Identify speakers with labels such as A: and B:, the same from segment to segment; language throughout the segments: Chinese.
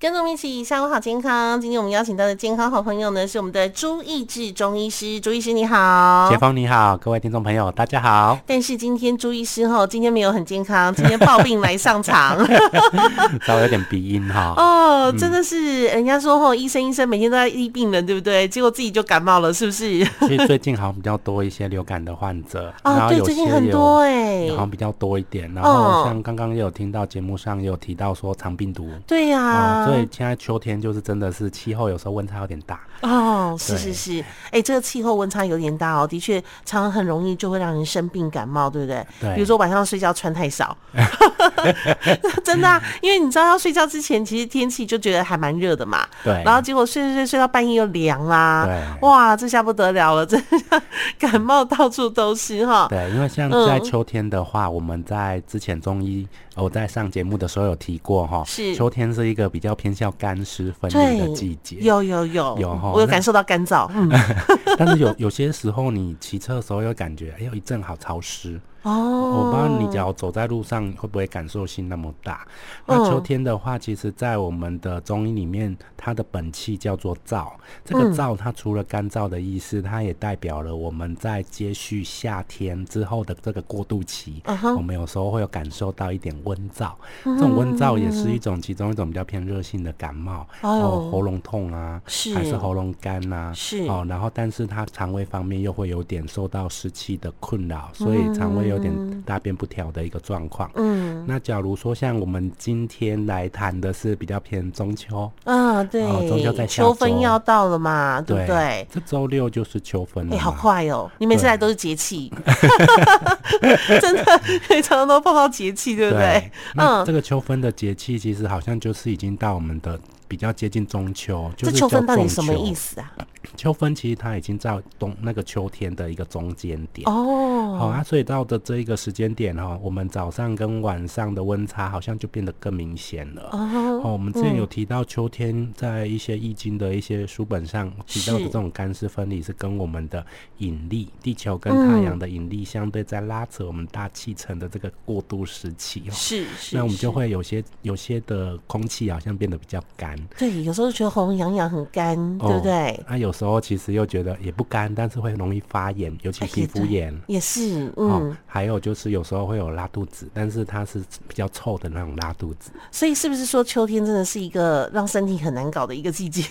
A: 跟着我们一起下午好健康。今天我们邀请到的健康好朋友呢，是我们的朱义志中医师。朱医师你好。
B: 杰，峰你好，各位听众朋友大家好
A: 但是今天朱医师哈，今天没有很健康，今天抱病来上场。
B: 稍微有点鼻音哈，
A: 哦，真的是人家说哦吼，医生医生每天都在医病人，对不对？结果自己就感冒了，是不是？
B: 其实最近好像比较多一些流感的患者，然
A: 啊，
B: 后
A: 对，
B: 有
A: 最
B: 些
A: 近很
B: 有
A: 多哎、
B: 好像比较多一点。然
A: 哦
B: 后像刚刚也有听到节目上也有提到说肠病毒。
A: 对呀、
B: 哦，所以现在秋天就是真的是气候有时候温差有点大，
A: 哦，是是
B: 对
A: 是，哎、这个气候温差有点大哦，的确，常常很容易就会让人生病感冒，对不对？
B: 对
A: 比如说晚上睡觉穿太少， 真的、啊，因为你知道要睡觉之前，其实天气就觉得还蛮热的嘛，
B: 对
A: 然后结果睡睡睡睡到半夜又凉啦，
B: 对
A: 哇，这下不得了了，这下感冒到处都是哈。
B: 对，因为像在
A: 嗯
B: 秋天的话，我们在之前中医呃我在上节目的时候有提过哈，
A: 是
B: 秋天是一个比较偏向干湿分离
A: 对
B: 的季，节，
A: 有有有
B: 有哈
A: 我有
B: 那
A: 感受到干 燥，嗯，
B: 但是有有些时候，你骑车的时候又感觉，哎呦一阵好潮湿。
A: 哦，
B: 我不知道你只要走在路上会不会感受性那么大。那
A: 嗯
B: 秋天的话，其实，在我们的中医里面，它的本气叫做燥。
A: 嗯
B: 这个燥，它除了干燥的意思，它也代表了我们在接续夏天之后的这个过渡期，
A: 嗯哼嗯
B: 我们有时候会有感受到一点温燥。这种温燥也是一种其中一种比较偏热性的感冒，
A: 哎呦
B: 哦，喉咙痛啊，
A: 是
B: 还是喉咙干啊，
A: 是
B: 哦，然后但是它肠胃方面又会有点受到湿气的困扰，所以肠胃有点大便不调的一个状况。
A: 嗯
B: 那假如说像我们今天来谈的是比较偏中秋，
A: 啊，对，
B: 哦中秋在下
A: 秋分
B: 周
A: 要到了嘛，对不对？
B: 这周六就是秋分了
A: 哎、
B: 嘛，
A: 好快哦！你每次来都是节气， 真的，常常都碰到节气，对不对？
B: 那
A: 嗯，
B: 这个秋分的节气其实好像就是已经到我们的比较接近中秋，就
A: 这
B: 是
A: 秋分
B: 叫
A: 到底
B: 仲
A: 什么
B: 秋
A: 意思啊？
B: 秋分其实它已经在冬那个秋天的一个中间点。好、
A: 哦，
B: 啊，所以到的这一个时间点哈、哦，我们早上跟晚上的温差好像就变得更明显了。
A: 哦，
B: 哦，我们之前有提到秋天在一些易经的一些书本上提到的
A: 是
B: 这种干湿分离是跟我们的引力，地球跟太
A: 嗯
B: 阳的引力相对在拉扯我们大气层的这个过渡时期哦。
A: 是是，
B: 那我们就是会有些有些的空气好像变得比较干，
A: 对，有时候觉得喉咙痒痒很干，对不
B: 哦
A: 对？
B: 那、有时候其实又觉得也不干，但是会容易发炎，尤其
A: 哎
B: 皮
A: 也
B: 肤
A: 对
B: 炎。
A: 也是，
B: 哦
A: 嗯，，
B: 还有就是有时候会有拉肚子，但是它是比较臭的那种拉肚 子。
A: 所以是不是说秋天真的是一个让身体很难搞的一个季 节？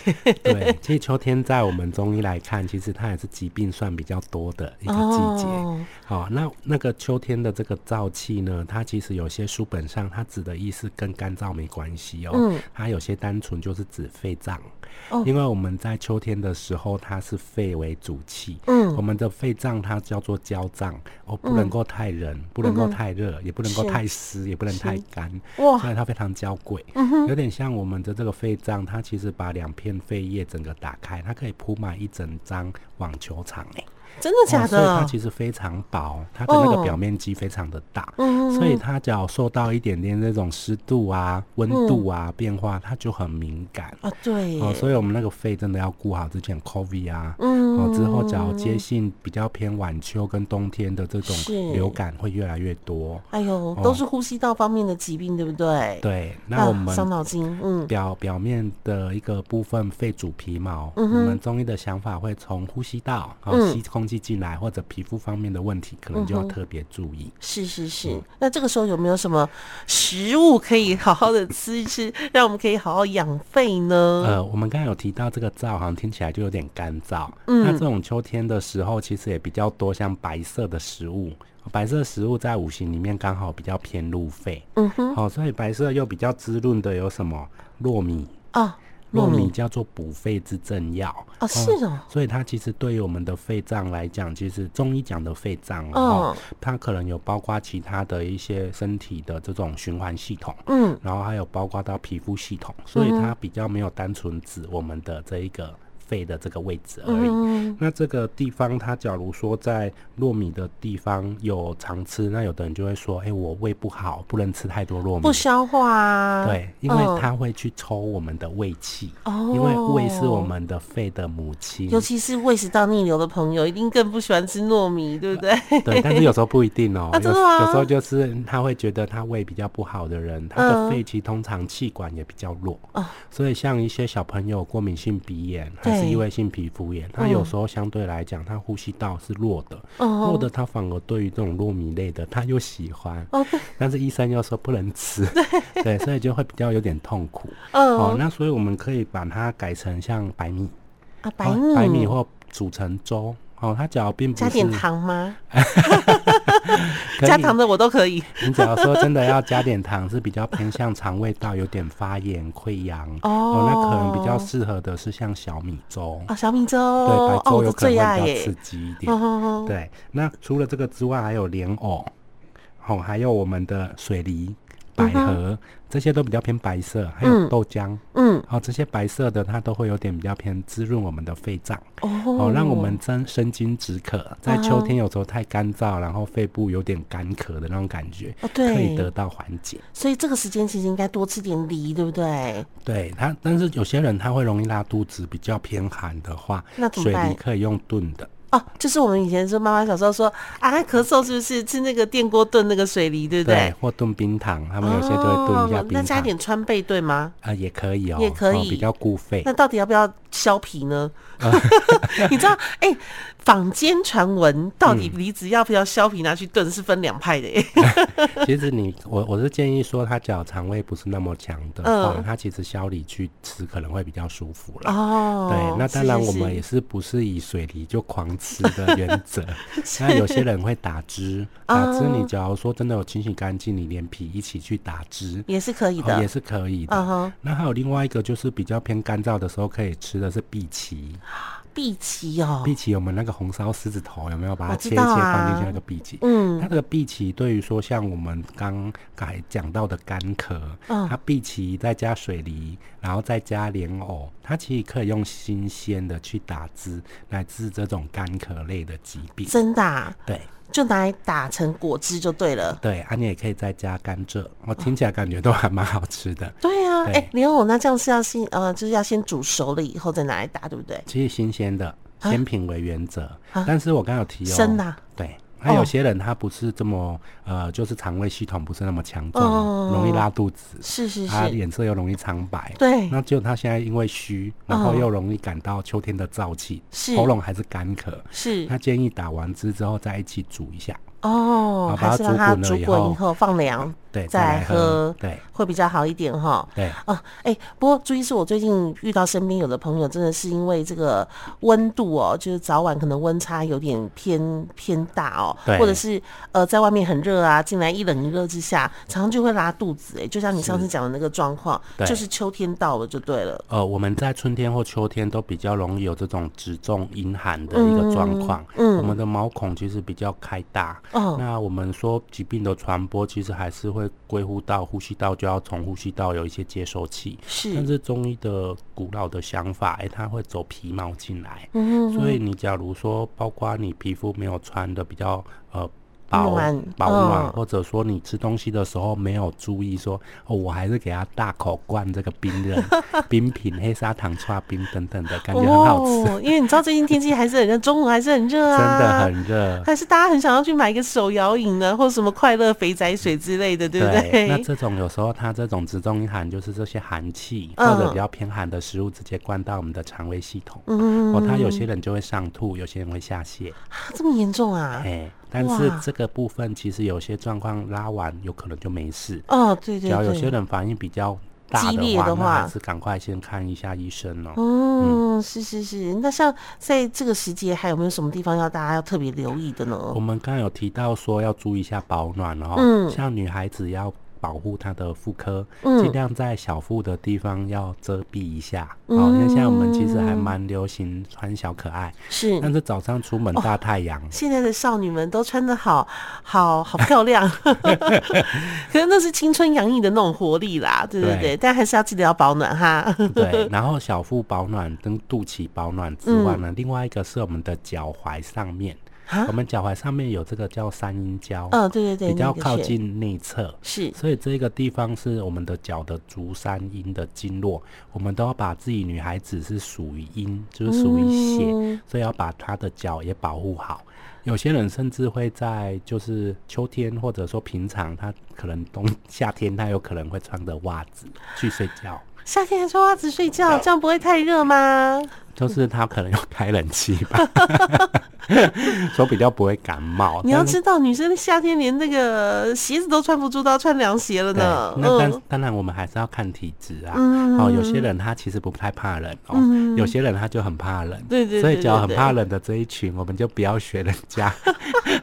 B: 对，其实秋天在我们中医来看，其实它也是疾病算比较多的一个季节。
A: 哦，
B: 好、那那个秋天的这个燥气呢，它其实有些书本上它指的意思跟干燥没关系哦，
A: 嗯
B: 它有些单纯就是指肺脏，
A: 哦
B: 因为我们在秋天的时候，它是肺为主气，我
A: 嗯，
B: 们的肺脏它叫做焦脏，哦，不能够太冷，不能够太热，也不能够
A: 嗯是
B: 太湿，也不能太干，
A: 哇嗯
B: 所以它非常娇贵，有点像我们的这个肺脏，它其实把两片肺叶整个打开，它可以铺满一整张网球场、欸，
A: 真的假
B: 哦所以它
A: 的？
B: 其实非常薄，它的那
A: 哦
B: 个表面积非常的大，
A: 嗯
B: 所以它只要受到一点点那种湿度啊、温度啊、变化，它就很敏感。
A: 啊，嗯对，
B: 哦，所以我们那个肺真的要顾好，之前 COVID 啊，
A: 嗯
B: 哦，之后只要接性比较偏晚秋跟冬天的这种
A: 是
B: 流感会越来越多。
A: 哎呦，都是呼吸道方面的疾病，对不对？
B: 哦对，
A: 啊
B: 那我们
A: 伤脑筋，嗯，
B: 表表面的一个部分肺主皮毛，
A: 嗯哼
B: 我们中医的想法会从呼吸道，哦、
A: 嗯
B: 吸空气进来或者皮肤方面的问题，可能就要特别注意。
A: 是是
B: 嗯
A: 是。那这个时候有没有什么食物可以好好的吃一吃， 让我们可以好好养肺呢？
B: 呃，我们刚才有提到这个燥，好像听起来就有点干燥。
A: 嗯
B: 那这种秋天的时候，其实也比较多像白色的食物。白色食物在五行里面刚好比较偏入肺，
A: 嗯哼，
B: 好、所以白色又比较滋润的有什么？糯米，
A: 啊，糯
B: 糯
A: 米
B: 米叫做补肺之正药。
A: 啊，是哦，
B: 所以它其实对于我们的肺脏来讲，其实中医讲的肺脏
A: 嗯
B: 哦，它可能有包括其他的一些身体的这种循环系统，
A: 嗯，
B: 然后还有包括到皮肤系统，所以它比较没有单纯指我们的这一个肺的这个位置而已。
A: 嗯，
B: 那这个地方，它假如说在糯米的地方有常吃，那有的人就会说：“哎、我胃不好，不能吃太多糯米。”
A: 不消化啊，
B: 对，因为
A: 嗯
B: 它会去抽我们的胃气，
A: 哦，
B: 因为胃是我。们的肺的母亲。
A: 尤其是胃食道逆流的朋友，一定更不喜欢吃糯米，对不 对？
B: 对，但是有时候不一定哦、
A: 啊
B: 有
A: 真的吗
B: 有时候就是他会觉得他胃比较不好的人，他的
A: 嗯
B: 肺其实通常气管也比较弱，
A: 哦
B: 所以像一些小朋友过敏性鼻炎还是
A: 对
B: 异位性皮肤炎，他有时候相对来讲，他呼吸道是弱的，
A: 哦
B: 弱的他反而对于这种糯米类的他又喜欢，
A: 哦对
B: 但是医生又说不能吃， 对，所以就会比较有点痛苦。哦，
A: 嗯，
B: 那所以我们可以把它改成像白米，
A: 啊，
B: 哦
A: 白米，
B: 白米或煮成粥。哦，它只要并不
A: 加
B: 是
A: 点糖吗？
B: 可以
A: 加糖的我都可以。
B: 你只要说真的要加点糖，是比较偏向肠胃道有点发炎、溃疡
A: 哦
B: 那可能比较适合的是像小米粥，
A: 啊，小米粥，
B: 对，白
A: 哦，
B: 粥
A: 我
B: 有
A: 的
B: 可能
A: 最爱
B: 会比较刺
A: 耶。
B: 激一点。
A: 嗯哼哼
B: 对，那除了这个之外，还有莲藕，哦，还有我们的水梨、百合，这些都比较偏白色，还有
A: 嗯
B: 豆浆。
A: 嗯，
B: 哦，这些白色的它都会有点比较偏滋润我们的肺脏，
A: 哦啊
B: 哦，让我们生生津止渴。在秋天有时候太干燥，然后肺部有点干渴的那种感觉，
A: 哦
B: 可以得
A: 对，
B: 到缓解。
A: 所以这个时间其实应该多吃点梨，对不对？
B: 对它，但是有些人他会容易拉肚子，比较偏寒的话，
A: 那怎么
B: 水
A: 办
B: 梨可以用炖的。
A: 哦，就是我们以前说妈妈小时候说啊，咳嗽是不是吃那个电锅炖那个水梨，对不对？
B: 或炖冰糖，他们有些就会炖一下
A: 哦那
B: 冰
A: 加一
B: 糖，
A: 点川贝对吗？
B: 啊、也可以哦，
A: 也可
B: 哦、比
A: 以
B: 较固肺
A: 那，到底要不要削皮呢？
B: 啊
A: 你知道，哎、坊间传闻到底
B: 嗯
A: 梨子要不要削皮拿去炖是分两派的、耶。
B: 其实你我我是建议说，他只要肠胃不是那么强的话，
A: 嗯
B: 他其实消离去吃可能会比较舒服 了。
A: 哦，
B: 对，那当然
A: 是
B: 我
A: 是
B: 们也
A: 是
B: 是不是以水梨就狂吃的原 则。那有些人会打汁，打汁你
A: 啊
B: 假如说真的有清洗干净，你连皮一起去打汁，
A: 也是可以
B: 哦
A: 的，
B: 也是可以
A: 嗯
B: 的。
A: 哼，
B: 那还有另外一个就是比较偏干燥的时候可以吃的是碧琪，
A: 碧琪哦，
B: 碧琪我们那个红烧狮子头有没有把它
A: 我
B: 切
A: 知
B: 一切
A: 道
B: 放进去
A: 啊
B: 那个碧琪？
A: 嗯，
B: 它这个碧琪对于说像我们刚才讲到的干咳，
A: 嗯
B: 它碧琪再加水梨，然后再加莲藕，它其实可以用新鲜的去打汁来治这种干咳类的疾病。
A: 真的啊、
B: 对
A: 就拿来打成果汁就对了。
B: 对，啊，你也可以再加甘蔗，我、听起来感觉都还蛮好吃的。
A: 对啊，
B: 对
A: 哎、莲藕那这样是要先呃，就是要先煮熟了以后再拿来打，对不对？
B: 其实新鲜的，
A: 啊
B: 先品为原则。
A: 啊
B: 但是我刚刚有提哦，
A: 生的啊
B: 对。还有
A: 哦
B: 些人他不是这么，呃，就是肠胃系统不是那么强壮，
A: 哦
B: 容易拉肚子，
A: 是是
B: 他
A: 是，
B: 脸色又容易苍白。
A: 对，哦
B: 那就他现在因为虚，然后又容易感到秋天的燥气，
A: 是
B: 喉咙还是干咳。
A: 是
B: 他建议打完汁之后再一起煮一下，
A: 哦，
B: 把它
A: 还是让它
B: 煮
A: 煮
B: 滚了以后
A: 滚以后放凉，
B: 对，
A: 再来
B: 来喝
A: 喝，
B: 对
A: 会比较好一点哈。
B: 对，
A: 哦，哎、不过注意是我最近遇到身边有的朋友，真的是因为这个温度哦，就是早晚可能温差有点偏偏大哦
B: 对，
A: 或者是呃在外面很热啊，进来一冷一热之下，常常就会拉肚子、哎，就像你上次讲的那个状况，
B: 对
A: 就是秋天到了就对了。
B: 呃，我们在春天或秋天都比较容易有这种直中阴寒的一个状况。
A: 嗯
B: 我们的毛孔其实比较开大。
A: 哦
B: 那我们说疾病的传播，其实还是会归乎到呼吸道，就要从呼吸道有一些接收器。但
A: 是，
B: 是中医的古老的想法，哎、它会走皮毛进来。
A: 嗯
B: 所以你假如说，包括你皮肤没有穿的比较呃保
A: 暖
B: 保暖，
A: 嗯
B: 或者说你吃东西的时候没有注意说，哦，我还是给它大口灌这个冰 的冰品、黑砂糖串冰等等的感觉很好吃，
A: 哦，因为你知道最近天气还是很热，中午还是很热
B: 真
A: 啊，
B: 的很热。
A: 还是大家很想要去买一个手摇饮呢，或什么快乐肥仔水之类的，对不对？
B: 那这种有时候它这种直中阴寒，就是这些寒气、
A: 嗯
B: 或者比较偏寒的食物直接灌到我们的肠胃系统，
A: 嗯
B: 哦，它有些人就会上吐，有些人会下泻，
A: 啊 这么严重啊？
B: 哎，但是
A: 哇
B: 这个部分其实有些状况拉完有可能就没事，
A: 哦，对对
B: 只要有些
A: 对，
B: 人反应比较大
A: 激
B: 的
A: 烈
B: 话，
A: 的
B: 那还
A: 话
B: 是赶快先看一下医生哦。
A: 嗯，是是是。那像在这个时节，还有没有什么地方要大家要特别留意的呢
B: 我？们刚刚有提到说要注意一下保暖哦，像女孩子要。保护它的妇科，
A: 嗯
B: 尽量在小腹的地方要遮蔽一下。哦，因为现在我们其实还
A: 嗯
B: 蛮流行穿小可爱，
A: 是。
B: 但是早上出门大太阳，
A: 现在的少女们都穿的好好好漂亮， 可是那是青春洋溢的那种活力啦，对对
B: 对嗯
A: 对，但还是要记得要保暖哈。
B: 对，然后小腹保暖跟肚脐保暖之外
A: 嗯
B: 呢，另外一个是我们的脚踝上面，
A: 啊
B: 我，们脚踝上面有这个叫三阴交，
A: 嗯，对对对，
B: 比较
A: 那个
B: 靠
A: 是
B: 近内侧。
A: 是
B: 所以这个地方是我们的脚的足三阴的经络，我们都要把自己女孩子是属于阴，就是属于血，
A: 嗯
B: 所以要把她的脚也保护好。有些人甚至会在就是秋天或者说平常，他可能冬夏天他有可能会穿着袜子去睡觉，
A: 夏天还穿袜子睡觉，这样不会太热吗？
B: 就是他可能要开冷气 吧，所以比较不会感冒。
A: 你要
B: 但是
A: 知道，女生夏天连那个鞋子都穿不住，都要穿凉鞋了嗯
B: 对，
A: 呢。嗯
B: 那当当然，我们还是要看体质啊。哦，有些人他其实不太怕冷哦，有些人他就很怕冷。
A: 嗯对对对
B: 所以只要很
A: 对对
B: 怕冷的这一群，我们就不要学人 家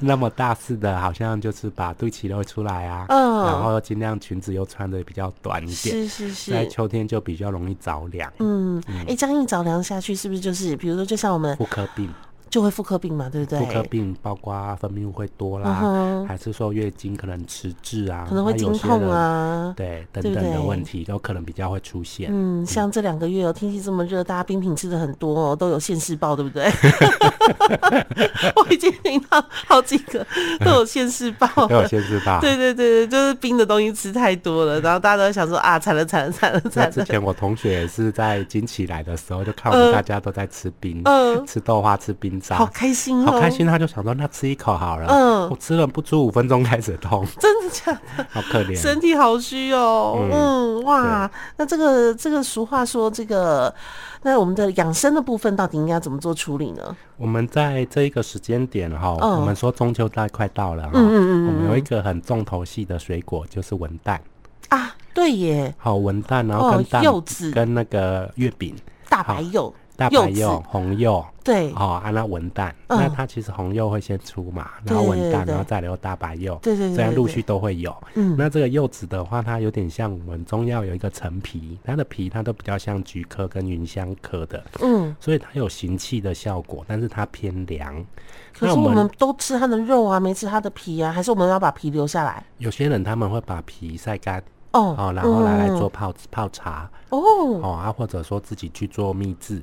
B: 那么大肆的，好像就是把肚脐露出来啊，
A: 嗯
B: 然后尽量裙子又穿的比较短一
A: 是
B: 点，
A: 是是，
B: 在秋天就比较容易着凉，
A: 嗯，哎、这样一着凉下去，是不是就是比如说，就像我们
B: 妇科病。
A: 就会妇科病嘛，对不对？
B: 妇科病包括分泌物会多啦，
A: 嗯哼
B: 还是说月经可能迟滞啊，
A: 可能会
B: 那
A: 经
B: 有些
A: 痛
B: 人，
A: 啊。
B: 对等
A: 对不
B: 等的
A: 对
B: 问题都可能比较会出现。
A: 嗯，像这两个月哦，天气这么热，大家冰品吃的很多哦，都有现世报，对不 对？我已经听到好几 个都有现世报了，
B: 都有些知 道。
A: 对对对对，就是冰的东西吃太多了，然后大家都会想说啊，惨了惨了惨 了
B: 那
A: 惨
B: 之
A: 了。
B: 前我同学也是在金奇来的时候，就看我们大家都在吃冰，
A: 嗯
B: 吃豆花、吃冰渣，
A: 呃好开心哦！
B: 好开心。他就想说，那吃一口好了。
A: 嗯
B: 我吃了不出五分钟开始痛，
A: 真的假的？
B: 好可怜。
A: 身体好虚哦。嗯，哇，那这个这个俗话说，这个那我们的养生的部分到底应该怎么做处理呢？
B: 我们在这一个时间点哈，
A: 嗯
B: 我们说中秋大快到了哈，我们有一个很重头戏的水果就是文旦，
A: 啊，对耶，
B: 好文旦，然后跟
A: 哦
B: 蛋、
A: 柚子
B: 跟那个月饼、
A: 大白柚、
B: 大白
A: 柚
B: 柚
A: 子，、
B: 红柚，
A: 对
B: 哦，啊，那文旦，
A: 嗯
B: 那它其实红柚会先出嘛，然后
A: 对
B: 文
A: 对
B: 旦，
A: 对
B: 然后再留大白柚，
A: 对对对
B: 这样
A: 对
B: 陆
A: 对
B: 续都会有。
A: 嗯
B: 那这个柚子的话，它有点像我们中药有一个陈皮，它的皮它都比较像菊科跟芸香科的，
A: 嗯。
B: 所以它有行气的效果，但是它偏凉。
A: 可
B: 那
A: 是
B: 我
A: 我
B: 们
A: 们都吃它的肉啊，没吃它的皮啊，还是我们要把皮留下来？
B: 有些人他们会把皮晒干，
A: 哦，
B: 哦，然后拿来
A: 嗯
B: 做泡泡茶，
A: 哦
B: 哦啊，或者说自己去做蜜制，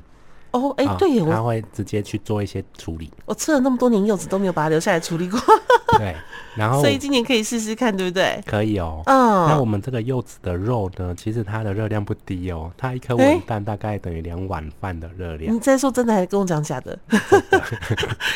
A: 哦，哎、
B: 啊
A: 对耶，我
B: 他会直接去做一些处理，
A: 我吃了那么多年柚子都没有把它留下来处理过，
B: 对，然后
A: 所以今年可以试试看，对不对？
B: 可以哦，那
A: 嗯，
B: 我们这个柚子的肉呢，其实它的热量不低哦，它一颗
A: 诶
B: 文蛋大概等于两碗饭的热量。
A: 你在说真的还是跟我讲假的？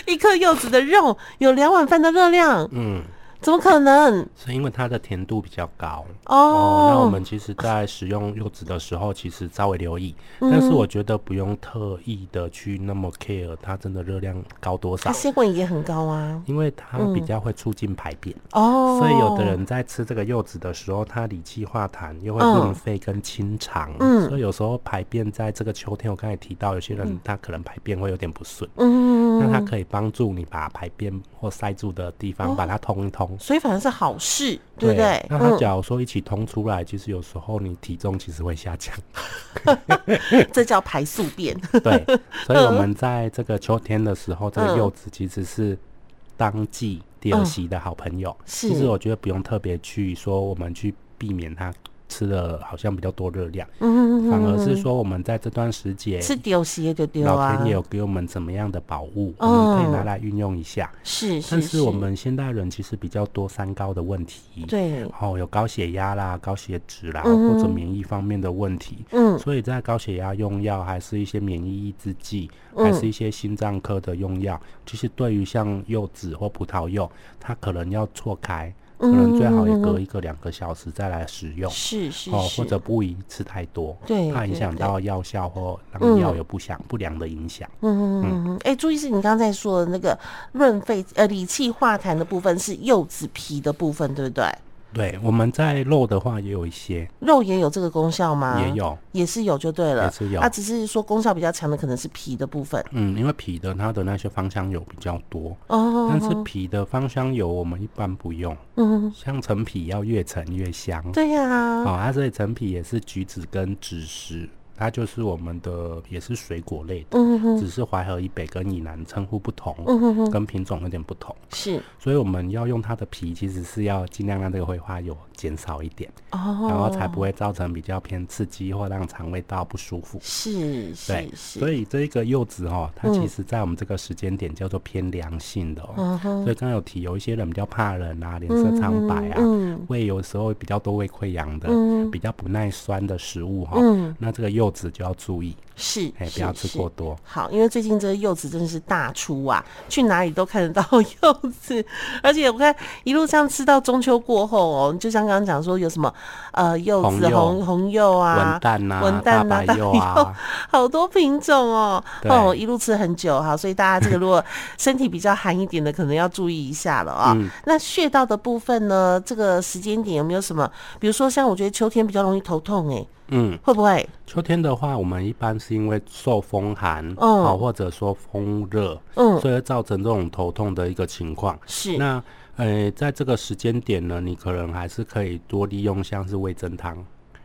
A: 一颗柚子的肉有两碗饭的热量，
B: 嗯，
A: 怎么可能？
B: 是因为它的甜度比较高。哦，那我
A: 哦，
B: 们其实，在使用柚子的时候，其实稍微留意，但是我觉得不用特意的去那么 care 它真的热量高多
A: 它
B: 少，
A: 纤维也很高啊。
B: 因为它比较会促进排便，
A: 哦，
B: 所以有的人在吃这个柚子的时候，它理气化痰，又会润肺跟清肠，
A: 嗯
B: 所以有时候排便在这个秋天，我刚才提到，有些人他可能排便会有点不顺，
A: 嗯，
B: 那它可以帮助你把排便或塞住的地方、把它通一通，
A: 所以反而是好事，哦对嗯不对？
B: 那它假如说一起通出来，其实有时候你体重其实会下降。
A: 嗯，这叫排宿 便。
B: 对，所以我们在这个秋天的时候，这个
A: 嗯
B: 柚子其实是当季第二席的好朋友。
A: 是
B: 其实我觉得不用特别去说我们去避免它吃的好像比较多热量，
A: 嗯，
B: 反而是说我们在这段时节。
A: 是丢鞋就丢
B: 老
A: 啊
B: 天爷，有给我们怎么样的宝物，
A: 嗯
B: 我们可以拿来运用一下。
A: 是是
B: 但是我们现代人其实比较多三高的问题，，
A: 对，
B: 哦，有高血压啦、高血脂啦，
A: 嗯
B: 或者免疫方面的问题，
A: 嗯
B: 所以在高血压用药，还是一些免疫抑制剂，
A: 嗯
B: 还是一些心脏科的用药，其实对于像柚子或葡萄柚，它可能要错开，可能最好也
A: 嗯
B: 隔一个两个小时再来使用。
A: 是是
B: 哦，
A: 是，
B: 或者不宜吃太多，
A: 对
B: 怕影
A: 对
B: 响
A: 对
B: 到药效或让药有不想不良的影响。
A: 嗯嗯嗯，哎、朱医师，你刚才说的那个润肺呃理气化痰的部分是柚子皮的部分，对不对？
B: 对，我们在肉的话也有一些，
A: 肉也有这个功效吗？
B: 也，有，
A: 也是有就对了，
B: 也是有
A: 啊，只是说功效比较强的可能是皮的部分
B: 嗯，因为皮的它的那些芳香油比较多，
A: 哦。
B: 但是皮的芳香油我们一般不用，
A: 嗯，
B: 像陈皮要越陈越香。
A: 对呀、
B: 哦，它所以陈皮也是橘子跟枳实，它就是我们的也是水果类的，
A: 嗯哼，
B: 只是淮河以北跟以南称呼不同，
A: 嗯哼哼，
B: 跟品种有点不同，
A: 是
B: 所以我们要用它的皮，其实是要尽量让这个挥发油减少一点，
A: 哦，
B: 然后才不会造成比较偏刺激或让肠胃道不舒服。
A: 是
B: 对，
A: 是
B: 所
A: 是，
B: 以这一个柚子哦，它其
A: 嗯
B: 实在我们这个时间点叫做偏凉性的哦。
A: 嗯哼，
B: 所以刚刚有提，有一些人比较怕冷啊，脸色苍白啊，
A: 嗯
B: 胃有时候比较多胃溃疡的，
A: 嗯
B: 比较不耐酸的食物哈、
A: 嗯，
B: 那这个柚子就要注意，
A: 是，
B: 哎、
A: 是
B: 不要吃过。多
A: 是。好，因为最近这柚子真的是大出啊，去哪里都看得到 柚子，而且我看一路上吃到中秋过后哦，就像刚刚讲说有什么呃柚
B: 红
A: 子
B: 柚
A: 红红柚啊
B: 文，旦呐、
A: 文旦
B: 大
A: 啊
B: 白柚 啊，
A: 好多品种哦，
B: 对
A: 哦，一路吃很久哈，所以大家这个如 果身体比较寒一点的，可能要注意一下了啊、
B: 嗯
A: 那穴道的部分呢，这个时间点有没有什么？比如说像我觉得秋天比较容易头痛、欸，
B: 嗯，
A: 会不会？
B: 秋天的话，我们一般是因为受风寒，
A: 嗯
B: 好或者说风热，
A: 嗯，
B: 所以会造成这种头痛的一个情况。
A: 是，
B: 那呃，在这个时间点呢，你可能还是可以多利用像是味噌汤，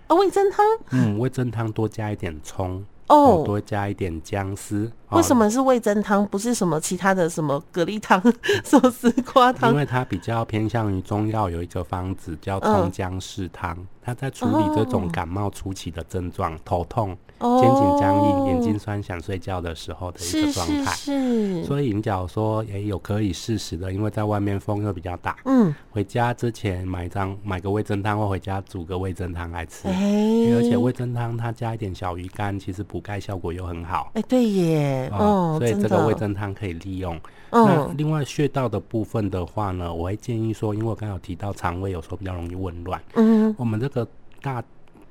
A: 哦，味噌汤
B: 嗯，味噌汤多加一点葱，
A: 哦。
B: 多加一点姜丝。哦
A: 为什？么是味噌汤，不是什么其他的什么蛤蜊汤、 寿司瓜
B: 因
A: 汤？
B: 为它比较偏向于中药，有一个方子叫
A: 嗯
B: 葱姜柿汤，它在处理这种感冒初期的症状，头痛、
A: 哦
B: 肩颈僵硬、眼睛酸、想睡觉的时候的一
A: 是
B: 个状
A: 是
B: 态。
A: 是，
B: 所以你假如说也有可以适时的，因为在外面风又比较大，
A: 嗯，
B: 回家之前买一张买个味噌汤，或回家煮个味噌汤来吃。
A: 哎、
B: 因为而且味噌汤它加一点小鱼干，其实补钙效果又很好。
A: 哎、对耶，
B: 哦
A: 哦，
B: 所以
A: 真
B: 这
A: 的，
B: 个味噌汤可以利用。那
A: 嗯，
B: 另外穴道的部分的话呢，我会建议说，因为我刚刚有提到肠胃有时候比较容易紊乱，
A: 嗯，
B: 我们这个大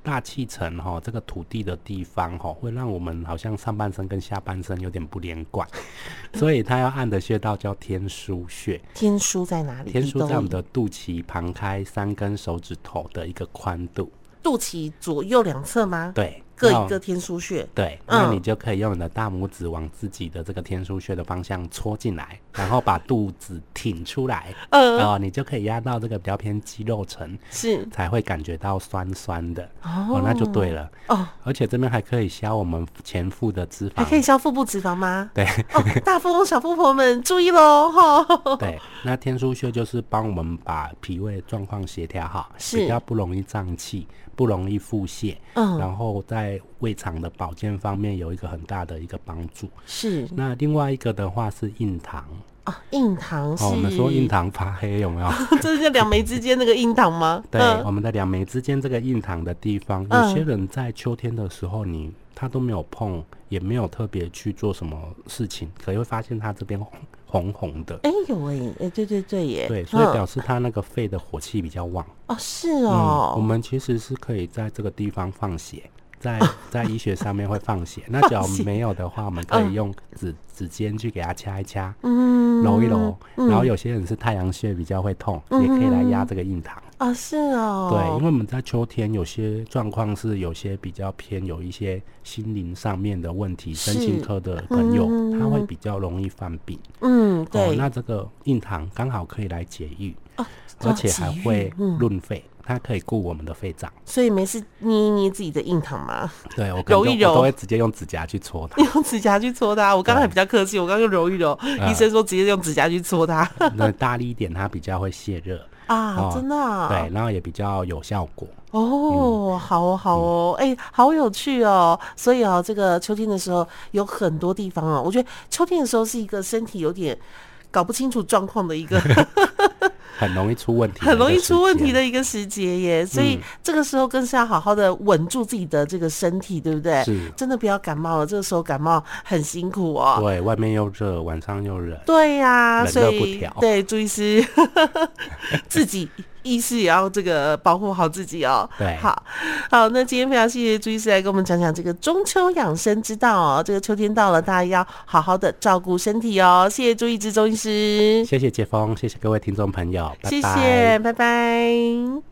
B: 大气层哈、这个土地的地方哈、会让我们好像上半身跟下半身有点不连 贯，所以它要按的穴道叫天枢穴。
A: 天枢在哪里？
B: 天枢在我们
A: 的
B: 的肚脐旁开三根手指头的一个宽度，
A: 肚脐左右两侧吗？，
B: 对，
A: 各
B: 那
A: 一个天枢穴。
B: 对，那
A: 嗯
B: 你就可以用你的大拇指往自己的这个天枢穴的方向戳进 来，然后把肚子挺出来，
A: 呃，
B: 哦，你就可以压到这个比较偏肌肉层，
A: 是
B: 才会感觉到酸酸的，
A: 哦
B: 哦，那就对了。
A: 哦，
B: 而且这边还可以消我们前腹的脂
A: 还可以
B: 肪，
A: 消腹部脂肪吗？
B: 对
A: 哦，大富翁、小富婆们注意喽！哈，
B: 对。那天枢穴就是帮我们把脾胃状况协调好，
A: 是
B: 比较不容易胀气，不容易腹泻，
A: 嗯，
B: 然后在胃肠的保健方面有一个很大的一个帮助。
A: 是
B: 那另外一个的话是印堂，
A: 哦，印堂是
B: 哦，我们说印，堂发黑有没 有？
A: 这是两眉之间那个印堂吗？
B: 对，哦
A: 嗯
B: 我们的两眉之间这个印堂的地方，
A: 嗯
B: 有些人在秋天的时候你，他都没有碰，也没有特别去做什么事情，可会发现他这边红红红的。
A: 哎呦喂，哎，对对对耶，
B: 对，所以
A: 嗯
B: 表示他那个肺的火气比较旺。
A: 哦是
B: 嗯，我
A: 哦，
B: 们其实是可以在这个地方放血， 在在医学上面会放血。那
A: 放
B: 假如
A: 血
B: 没有的话，我们可
A: 嗯
B: 以用指指尖去给它掐一掐，
A: 嗯
B: 揉一揉。然后有些人是太阳穴比较会痛，也可以来压这个印堂。
A: 哦是哦，
B: 对，因为我们在秋天有些状况是有些比较偏有一些心灵上面的问题，身心
A: 是
B: 科的朋友、
A: 嗯
B: 他会比较容易犯病。
A: 嗯
B: 哦
A: 对，，
B: 那这个印堂刚好可以来解郁，
A: 哦
B: 而且还会
A: 解郁嗯
B: 润肺，它可以顾我们的肺脏。
A: 所以没事捏一捏自己的印堂嘛，
B: 对我可能
A: 揉
B: 就
A: 一
B: 我
A: 揉
B: 都会直接用指甲去戳 它。
A: 用 指甲去搓它。我刚刚还比较客气，我刚刚就揉一揉，
B: 啊
A: 医生说直接用指甲去搓它
B: 那大力一点，它比较会泄热，
A: 啊，
B: 哦
A: 真的啊、
B: 对，嗯然后也比较有效果。
A: 哦，好哦，好哦，
B: 嗯
A: 哎、好有趣哦。所以哦，这个秋天的时候有很多地方哦，我觉得秋天的时候是一个身体有点搞不清楚状况的一个
B: 很容易出问题，啊嗯
A: 很容易出问题。的一个时节耶。所以这个时候更是要好好的稳住自己的这个身体，对不对？
B: 是
A: 真的不要感冒了，这个时候感冒很辛苦哦。
B: 对，外面又热，晚上又冷，
A: 对呀、
B: 冷热
A: 所
B: 不
A: 以
B: 调
A: 对朱医师 自己医师也要这个保护好自己哦。
B: 对
A: 好好，那今天非常谢谢朱医师来跟我们讲讲这个中秋养生之道哦。这个秋天到了，大家要好好的照顾身体哦。谢谢朱医师，中医师，
B: 谢谢杰峰，谢谢各位听众朋友，拜拜
A: 谢谢，拜拜